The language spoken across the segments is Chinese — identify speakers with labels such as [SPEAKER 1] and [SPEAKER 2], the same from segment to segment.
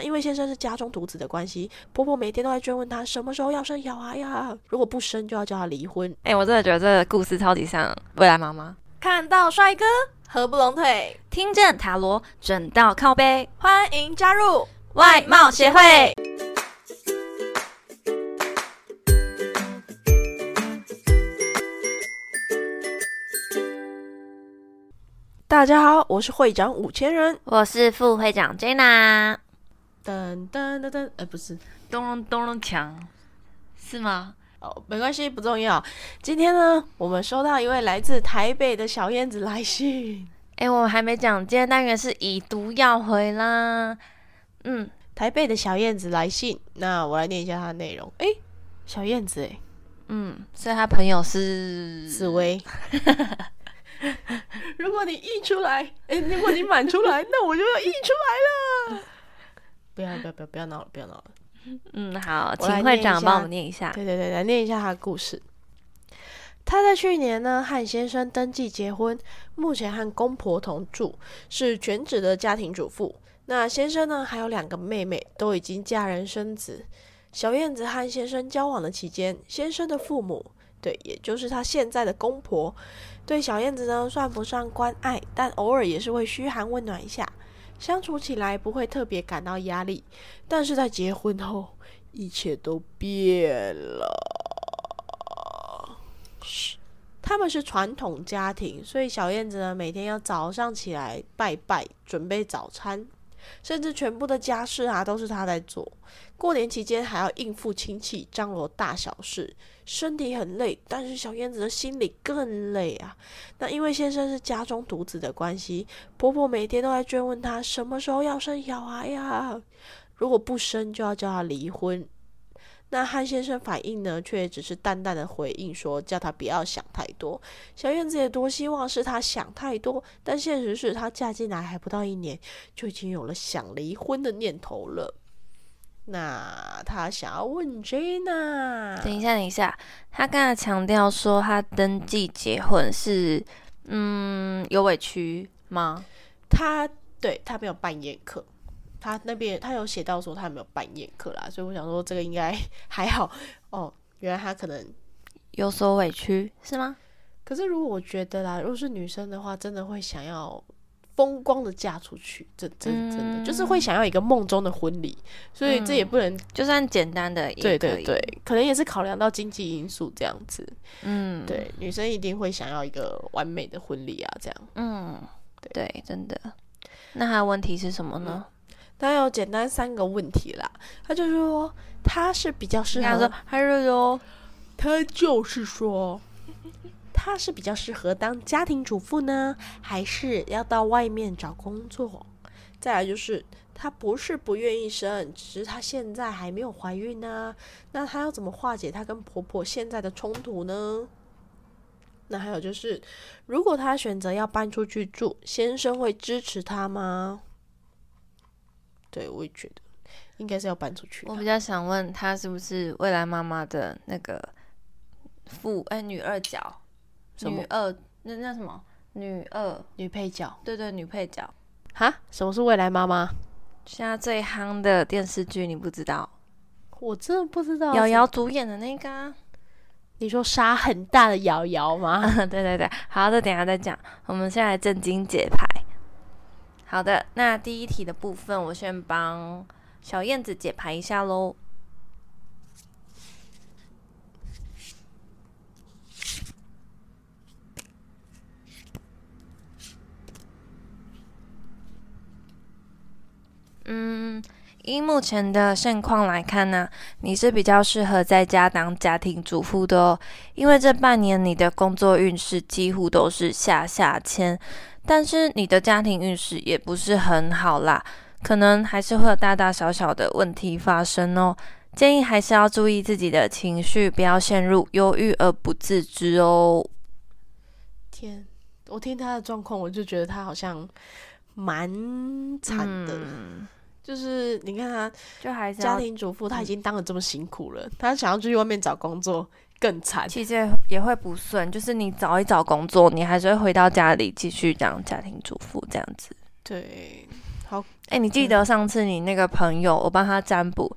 [SPEAKER 1] 因为先生是家中独子的关系，婆婆每天都在追问他什么时候要生小孩呀，如果不生就要叫他离婚。
[SPEAKER 2] 哎、我真的觉得这个故事超级像未来妈妈。
[SPEAKER 3] 看到帅哥合不拢腿，
[SPEAKER 2] 听见塔罗，准到靠背，
[SPEAKER 3] 欢迎加入。
[SPEAKER 2] 外貌协会。
[SPEAKER 1] 大家好，我是会长五千人。
[SPEAKER 2] 我是副会长 Jenna。
[SPEAKER 1] 噔噔噔噔，呃，不是
[SPEAKER 2] 咚隆咚隆锵，是吗？
[SPEAKER 1] 哦，没关系，不重要。今天呢，我们收到一位来自台北的小燕子来信。
[SPEAKER 2] 哎、我还没讲，今天单元是以毒要回啦。嗯，
[SPEAKER 1] 台北的小燕子来信，那我来念一下它的内容。哎、小燕子、诶
[SPEAKER 2] 嗯，所以他朋友是
[SPEAKER 1] 紫薇。嗯 如果你溢出来，哎、如果你满出来， 那我就要溢出来了。不要不要不要不要闹了，不要闹了。
[SPEAKER 2] 嗯，好，
[SPEAKER 1] 我来
[SPEAKER 2] 请会
[SPEAKER 1] 念一
[SPEAKER 2] 长帮
[SPEAKER 1] 下
[SPEAKER 2] 我们念一下。
[SPEAKER 1] 对对对，来念一下他的故事。他在去年呢和先生登记结婚，目前和公婆同住，是全职的家庭主妇。那先生呢还有两个妹妹，都已经嫁人生子。小燕子和先生交往的期间，先生的父母，对，也就是她现在的公婆，对小燕子呢算不上关爱，但偶尔也是会嘘寒问暖一下。相处起来不会特别感到压力，但是在结婚后，一切都变了。他们是传统家庭，所以小燕子呢每天要早上起来拜拜，准备早餐，甚至全部的家事啊都是她在做。过年期间还要应付亲戚，张罗大小事，身体很累，但是小燕子的心里更累啊。那因为先生是家中独子的关系，婆婆每天都在追问她什么时候要生小孩呀、如果不生就要叫她离婚。那汉先生反应呢，却只是淡淡的回应说，叫她不要想太多。小燕子也多希望是她想太多，但现实是她嫁进来还不到一年，就已经有了想离婚的念头了。那她想要问 Jenna，
[SPEAKER 2] 等一下，等一下，他刚才强调说他登记结婚是，嗯，有委屈吗？
[SPEAKER 1] 他对他没有办宴客，他那边他有写到说他没有办宴客啦，所以我想说这个应该还好哦。原来他可能，
[SPEAKER 2] 有所委屈是吗？
[SPEAKER 1] 可是如果我觉得啦，如果是女生的话，真的会想要风光的嫁出去，真真真
[SPEAKER 2] 嗯
[SPEAKER 1] 的、就是会想要一个梦中的婚礼，所以这也不能、
[SPEAKER 2] 就算简单的也
[SPEAKER 1] 对
[SPEAKER 2] 可
[SPEAKER 1] 对
[SPEAKER 2] 以，
[SPEAKER 1] 对，可能也是考量到经济因素这样子。
[SPEAKER 2] 嗯，，
[SPEAKER 1] 对，女生一定会想要一个完美的婚礼啊，这样。
[SPEAKER 2] 嗯，对，真的。那他的问题是什么呢？
[SPEAKER 1] 嗯他有简单三个问题啦，他就说他是啊比较适
[SPEAKER 2] 应
[SPEAKER 1] 合
[SPEAKER 2] 该说，还是有
[SPEAKER 1] 他就是说， 他是比较适合当家庭主妇呢，还是要到外面找工作？再来就是，他不是不愿意生，只是他现在还没有怀孕呢、那他要怎么化解他跟婆婆现在的冲突呢？那还有就是，如果他选择要搬出去住，先生会支持他吗？对，我也觉得应该是要搬出去的。
[SPEAKER 2] 我比较想问他是不是未来妈妈的那个父哎女二角，
[SPEAKER 1] 什么
[SPEAKER 2] 女二那那什么女二，
[SPEAKER 1] 女配角
[SPEAKER 2] 对对女配角。
[SPEAKER 1] 哈？什么是未来妈妈？
[SPEAKER 2] 现在最夯的电视剧你不知道，
[SPEAKER 1] 我真的不知道
[SPEAKER 2] 瑶瑶主演的那个、啊。
[SPEAKER 1] 你说杀很大的瑶瑶吗？
[SPEAKER 2] 对对对，好的，这等一下再讲。我们先来正经解牌。好的，那第一题的部分，我先帮小燕子解牌一下喽。嗯，依目前的现况来看呢、你是比较适合在家当家庭主妇的哦，因为这半年你的工作运势几乎都是下下签，但是你的家庭运势也不是很好啦，可能还是会有大大小小的问题发生哦。建议还是要注意自己的情绪，不要陷入忧郁而不自知哦。
[SPEAKER 1] 天，我听他的状况，我就觉得他好像蛮惨的。
[SPEAKER 2] 嗯
[SPEAKER 1] 就是你看他
[SPEAKER 2] 就还是
[SPEAKER 1] 家
[SPEAKER 2] 要，
[SPEAKER 1] 庭主妇，他已经当的这么辛苦了，他想要出去外面找工作更惨。
[SPEAKER 2] 其实也也会不顺，就是你找一找工作，你还是会回到家里继续当家庭主妇这样子。
[SPEAKER 1] 对，好，
[SPEAKER 2] 哎、你记得上次你那个朋友，我帮他占卜，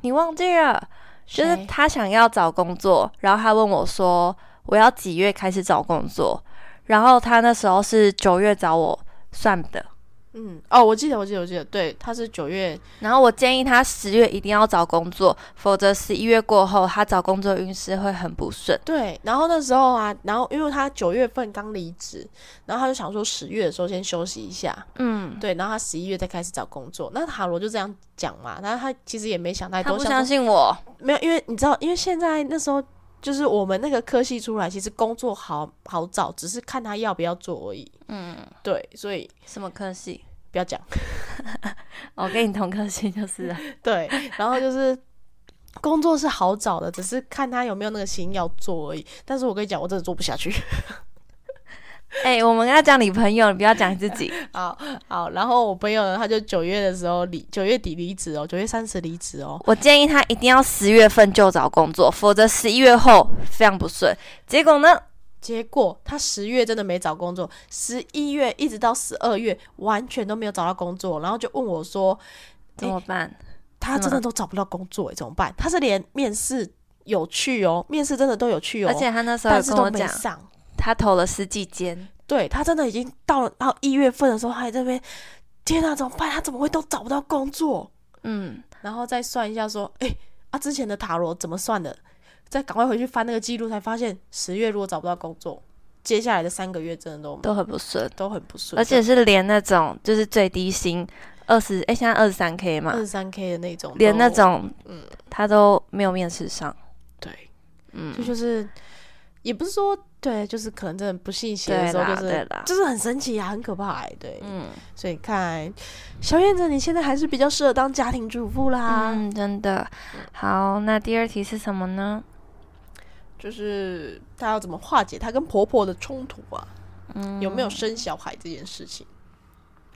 [SPEAKER 2] 你忘记了？就是
[SPEAKER 1] 谁
[SPEAKER 2] 他想要找工作，然后他问我说我要几月开始找工作，然后他那时候是九月找我算的，
[SPEAKER 1] 嗯，哦，我记得，我记得，我记得，对，他是九月，
[SPEAKER 2] 然后我建议他十月一定要找工作，否则十一月过后他找工作运势会很不顺。
[SPEAKER 1] 对，然后那时候啊，然后因为他九月份刚离职，然后他就想说十月的时候先休息一下，
[SPEAKER 2] 嗯，
[SPEAKER 1] 对，然后他十一月再开始找工作。那塔罗就这样讲嘛，然后他其实也没想太
[SPEAKER 2] 他
[SPEAKER 1] 多，
[SPEAKER 2] 不
[SPEAKER 1] 想
[SPEAKER 2] 相
[SPEAKER 1] 说
[SPEAKER 2] 信我，
[SPEAKER 1] 没有，因为你知道，因为现在那时候就是我们那个科系出来，其实工作好好找，只是看他要不要做而已。
[SPEAKER 2] 嗯，
[SPEAKER 1] 对，所以
[SPEAKER 2] 什么科系？
[SPEAKER 1] 不要讲。
[SPEAKER 2] 我哦跟你同科系就是了。
[SPEAKER 1] 对，然后就是工作是好找的，只是看他有没有那个心要做而已。但是我跟你讲，我真的做不下去。
[SPEAKER 2] 哎、我们要讲你朋友，你不要讲你自己。
[SPEAKER 1] 好好，然后我朋友呢，他就九月的时候离，九月底离职哦，九月三十离职哦。
[SPEAKER 2] 我建议他一定要十月份就找工作，否则十一月后非常不顺。结果呢，
[SPEAKER 1] 结果他十月真的没找工作，十一月一直到十二月完全都没有找到工作，然后就问我说，
[SPEAKER 2] 怎么办？
[SPEAKER 1] 他真的都找不到工作、欸，怎么办？他是连面试有去哦，面试真的都有去哦，
[SPEAKER 2] 而且他那时候有
[SPEAKER 1] 但是
[SPEAKER 2] 跟
[SPEAKER 1] 都
[SPEAKER 2] 我
[SPEAKER 1] 没
[SPEAKER 2] 讲，
[SPEAKER 1] 上。
[SPEAKER 2] 他投了十几间，
[SPEAKER 1] 对他真的已经到了到一月份的时候，他还在那边，天哪、怎么办？他怎么会都找不到工作？
[SPEAKER 2] 嗯，
[SPEAKER 1] 然后再算一下说，哎、啊，之前的塔罗怎么算的？再赶快回去翻那个记录，才发现十月如果找不到工作，接下来的三个月真的都
[SPEAKER 2] 都很不顺，
[SPEAKER 1] 都很不顺，
[SPEAKER 2] 而且是连那种就是最低薪二十，哎，现在二十三 K 嘛
[SPEAKER 1] 二，十三 K 的那种，
[SPEAKER 2] 连那种
[SPEAKER 1] 嗯
[SPEAKER 2] 他都没有面试上，
[SPEAKER 1] 对，
[SPEAKER 2] 嗯
[SPEAKER 1] 这，就是也不是说对，就是可能真的不信邪的
[SPEAKER 2] 对
[SPEAKER 1] 时候，
[SPEAKER 2] 啦，
[SPEAKER 1] 就
[SPEAKER 2] 对
[SPEAKER 1] 是
[SPEAKER 2] 啦，
[SPEAKER 1] 就是很神奇啊，很可怕、欸，对，
[SPEAKER 2] 嗯
[SPEAKER 1] 所以你看小燕子，你现在还是比较适合当家庭主妇啦，
[SPEAKER 2] 嗯，真的。好，那第二题是什么呢？
[SPEAKER 1] 就是她要怎么化解她跟婆婆的冲突啊？
[SPEAKER 2] 嗯，
[SPEAKER 1] 有没有生小孩这件事情？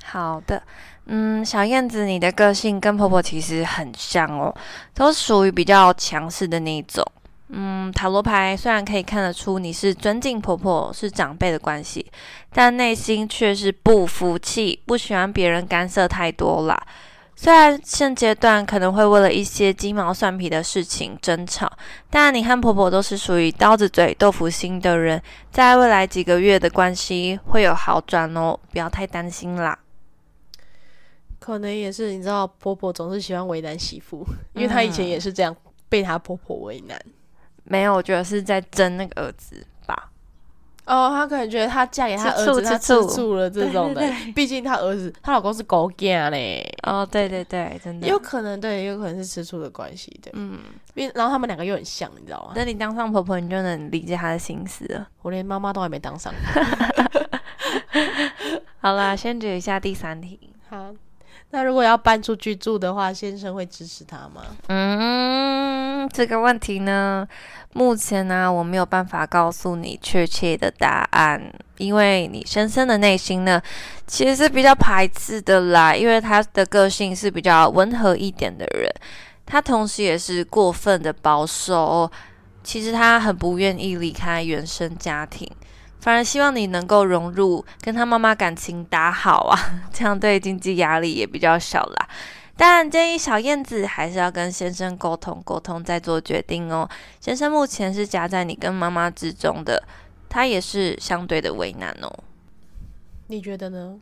[SPEAKER 2] 好的，嗯，小燕子，你的个性跟婆婆其实很像哦，都属于比较强势的那一种。嗯，塔罗牌虽然可以看得出你是尊敬婆婆、是长辈的关系，但内心却是不服气，不喜欢别人干涉太多啦。虽然现阶段可能会为了一些鸡毛蒜皮的事情争吵，但你和婆婆都是属于刀子嘴豆腐心的人，在未来几个月的关系会有好转哦，不要太担心啦。
[SPEAKER 1] 可能也是你知道，婆婆总是喜欢为难媳妇，因为她以前也是这样被她婆婆为难。
[SPEAKER 2] 没有，我觉得是在争那个儿子吧。
[SPEAKER 1] 哦，她可能觉得她嫁给她
[SPEAKER 2] 吃
[SPEAKER 1] 儿
[SPEAKER 2] 醋
[SPEAKER 1] 子，她
[SPEAKER 2] 吃
[SPEAKER 1] 吃
[SPEAKER 2] 醋
[SPEAKER 1] 醋了这种的。毕竟她儿子，她老公是狗干嘞，
[SPEAKER 2] 哦，对对对，真的
[SPEAKER 1] 也。有可能对，也有可能是吃醋的关系，对。
[SPEAKER 2] 嗯，
[SPEAKER 1] 因为然后他们两个又很像，你知道吗？
[SPEAKER 2] 等你当上婆婆，你就能理解她的心思了。
[SPEAKER 1] 我连妈妈都还没当上。
[SPEAKER 2] 好啦，先举一下第三题。
[SPEAKER 1] 好，那如果要搬出去住的话，先生会支持她吗？
[SPEAKER 2] 嗯，这个问题呢，目前呢、我没有办法告诉你确切的答案，因为你先生的内心呢，其实是比较排斥的啦，因为他的个性是比较温和一点的人，他同时也是过分的保守哦，其实他很不愿意离开原生家庭。反而希望你能够融入，跟他妈妈感情打好啊，这样对经济压力也比较小啦。但建议小燕子还是要跟先生沟通，沟通再做决定哦。先生目前是夹在你跟妈妈之中的，他也是相对的为难哦。
[SPEAKER 1] 你觉得呢？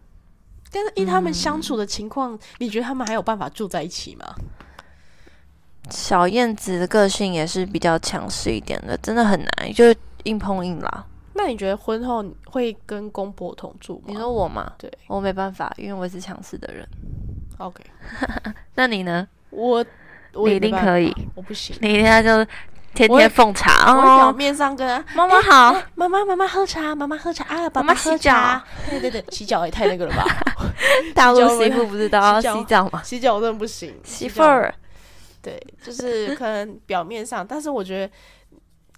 [SPEAKER 1] 但是依他们相处的情况，你觉得他们还有办法住在一起吗？
[SPEAKER 2] 小燕子的个性也是比较强势一点的，真的很难，就硬碰硬啦。
[SPEAKER 1] 那你觉得婚后你会跟公婆同住吗？
[SPEAKER 2] 你说我嘛，
[SPEAKER 1] 对，
[SPEAKER 2] 我没办法，因为我是强势的人。
[SPEAKER 1] OK，
[SPEAKER 2] 那你呢？
[SPEAKER 1] 我我
[SPEAKER 2] 你
[SPEAKER 1] 也
[SPEAKER 2] 一定
[SPEAKER 1] 没办法
[SPEAKER 2] 可以，
[SPEAKER 1] 我不行。
[SPEAKER 2] 你现在就天
[SPEAKER 1] 我也
[SPEAKER 2] 天奉茶
[SPEAKER 1] 我会表
[SPEAKER 2] 哦。
[SPEAKER 1] 面上跟他
[SPEAKER 2] 妈妈好，
[SPEAKER 1] 妈妈妈妈喝茶，妈妈喝茶啊，爸
[SPEAKER 2] 妈妈
[SPEAKER 1] 爸
[SPEAKER 2] 洗
[SPEAKER 1] 喝茶。对对对，洗脚也太那个了吧？
[SPEAKER 2] 大
[SPEAKER 1] 洗
[SPEAKER 2] 陆
[SPEAKER 1] 脚
[SPEAKER 2] 媳妇不是都要
[SPEAKER 1] 洗脚
[SPEAKER 2] 洗澡吗？
[SPEAKER 1] 洗脚我真的不行。
[SPEAKER 2] 媳
[SPEAKER 1] 洗
[SPEAKER 2] 妇
[SPEAKER 1] 脚
[SPEAKER 2] 儿，
[SPEAKER 1] 对，就是可能表面上，但是我觉得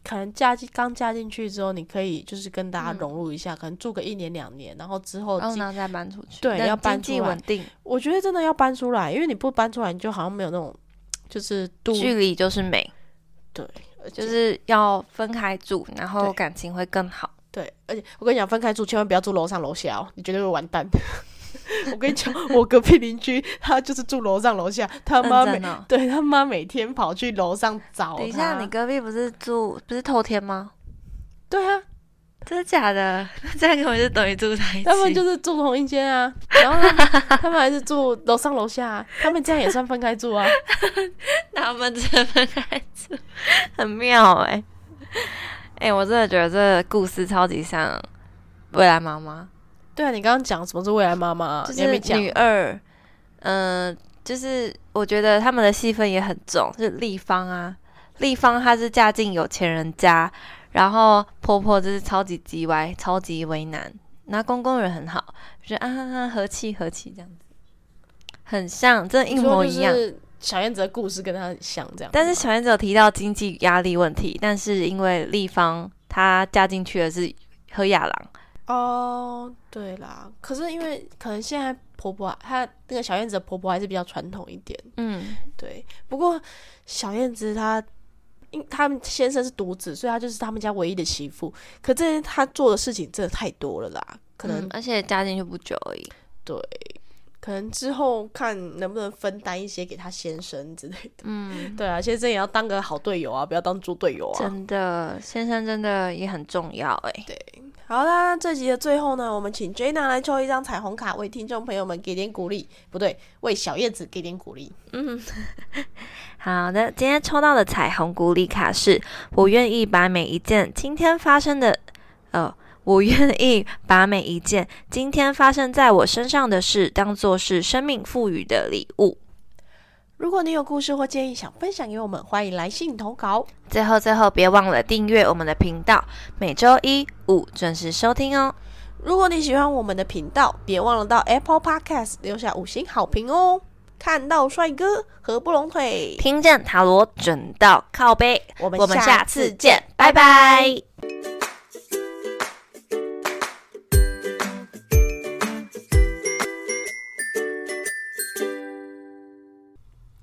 [SPEAKER 1] 可能嫁进刚嫁进去之后，你可以就是跟大家
[SPEAKER 2] 嗯
[SPEAKER 1] 融入一下，可能住个一年两年，然后之后
[SPEAKER 2] 然后
[SPEAKER 1] 进
[SPEAKER 2] 然哦后再搬出去，
[SPEAKER 1] 对
[SPEAKER 2] 等
[SPEAKER 1] 要搬
[SPEAKER 2] 经济
[SPEAKER 1] 出来
[SPEAKER 2] 稳定。
[SPEAKER 1] 我觉得真的要搬出来，因为你不搬出来，你就好像没有那种就是呃度
[SPEAKER 2] 距离就是美，
[SPEAKER 1] 对，而且
[SPEAKER 2] 就是要分开住，然后
[SPEAKER 1] 对
[SPEAKER 2] 感情会更好。
[SPEAKER 1] 对，而且我跟你讲，分开住千万不要住楼上楼下哦，你绝对会完蛋。我跟你讲，我隔壁邻居他就是住楼上楼下，他妈每、
[SPEAKER 2] 认真 哦
[SPEAKER 1] 对他妈每天跑去楼上找
[SPEAKER 2] 等一下，
[SPEAKER 1] 他
[SPEAKER 2] 你隔壁不是住不是透天吗？
[SPEAKER 1] 对啊，
[SPEAKER 2] 真的假的？ 那这样根本就等于住在一起。
[SPEAKER 1] 他们 就是住同一间啊，然后他们他们还是住楼上楼下、啊，他们这样也算分开住啊。
[SPEAKER 2] 他们这分开住，很妙哎、欸、哎、我真的觉得这个故事超级像未来妈妈，
[SPEAKER 1] 对啊，你刚刚讲什么是未来妈妈啊、
[SPEAKER 2] 就
[SPEAKER 1] 你还没
[SPEAKER 2] 是
[SPEAKER 1] 讲
[SPEAKER 2] 女二，嗯、就是我觉得他们的戏份也很重，就是丽芳啊，丽芳她是嫁进有钱人家，然后婆婆就是超级叽歪，超级为难，那公公人很好，就是啊啊啊和气和气这样子，很像，真的，一模一样。。
[SPEAKER 1] 小燕子的故事跟她很像，这样。
[SPEAKER 2] 但是小燕子有提到经济压力问题，但是因为立方她嫁进去的是和亚郎，
[SPEAKER 1] 哦，对啦，可是因为可能现在婆婆啊她那个小燕子的婆婆还是比较传统一点，
[SPEAKER 2] 嗯，
[SPEAKER 1] 对。不过小燕子她，因他们先生是独子，所以她就是他们家唯一的媳妇。可这她做的事情真的太多了啦，可能、
[SPEAKER 2] 嗯而且嫁进去不久而已。
[SPEAKER 1] 对，可能之后看能不能分担一些给她先生之类的。
[SPEAKER 2] 嗯，
[SPEAKER 1] 对啊，先生也要当个好队友啊，不要当猪队友啊。
[SPEAKER 2] 真的，先生真的也很重要哎、
[SPEAKER 1] 好啦，这集的最后呢，我们请 Jana 来抽一张彩虹卡，为听众朋友们给点鼓励。不对，为小叶子给点鼓励。
[SPEAKER 2] 好的，今天抽到的彩虹鼓励卡是：我愿意把每一件今天发生的，呃，我愿意把每一件今天发生在我身上的事，当做是生命赋予的礼物。
[SPEAKER 1] 如果你有故事或建议想分享给我们，欢迎来信投稿。
[SPEAKER 2] 最后，最后别忘了订阅我们的频道，每周一五准时收听哦。
[SPEAKER 1] 如果你喜欢我们的频道，别忘了到 Apple Podcast 留下五星好评哦。看到帅哥合不拢腿，
[SPEAKER 2] 听见塔罗准到靠背，
[SPEAKER 1] 我们
[SPEAKER 2] 我们
[SPEAKER 1] 下
[SPEAKER 2] 下
[SPEAKER 1] 次
[SPEAKER 2] 次见，拜拜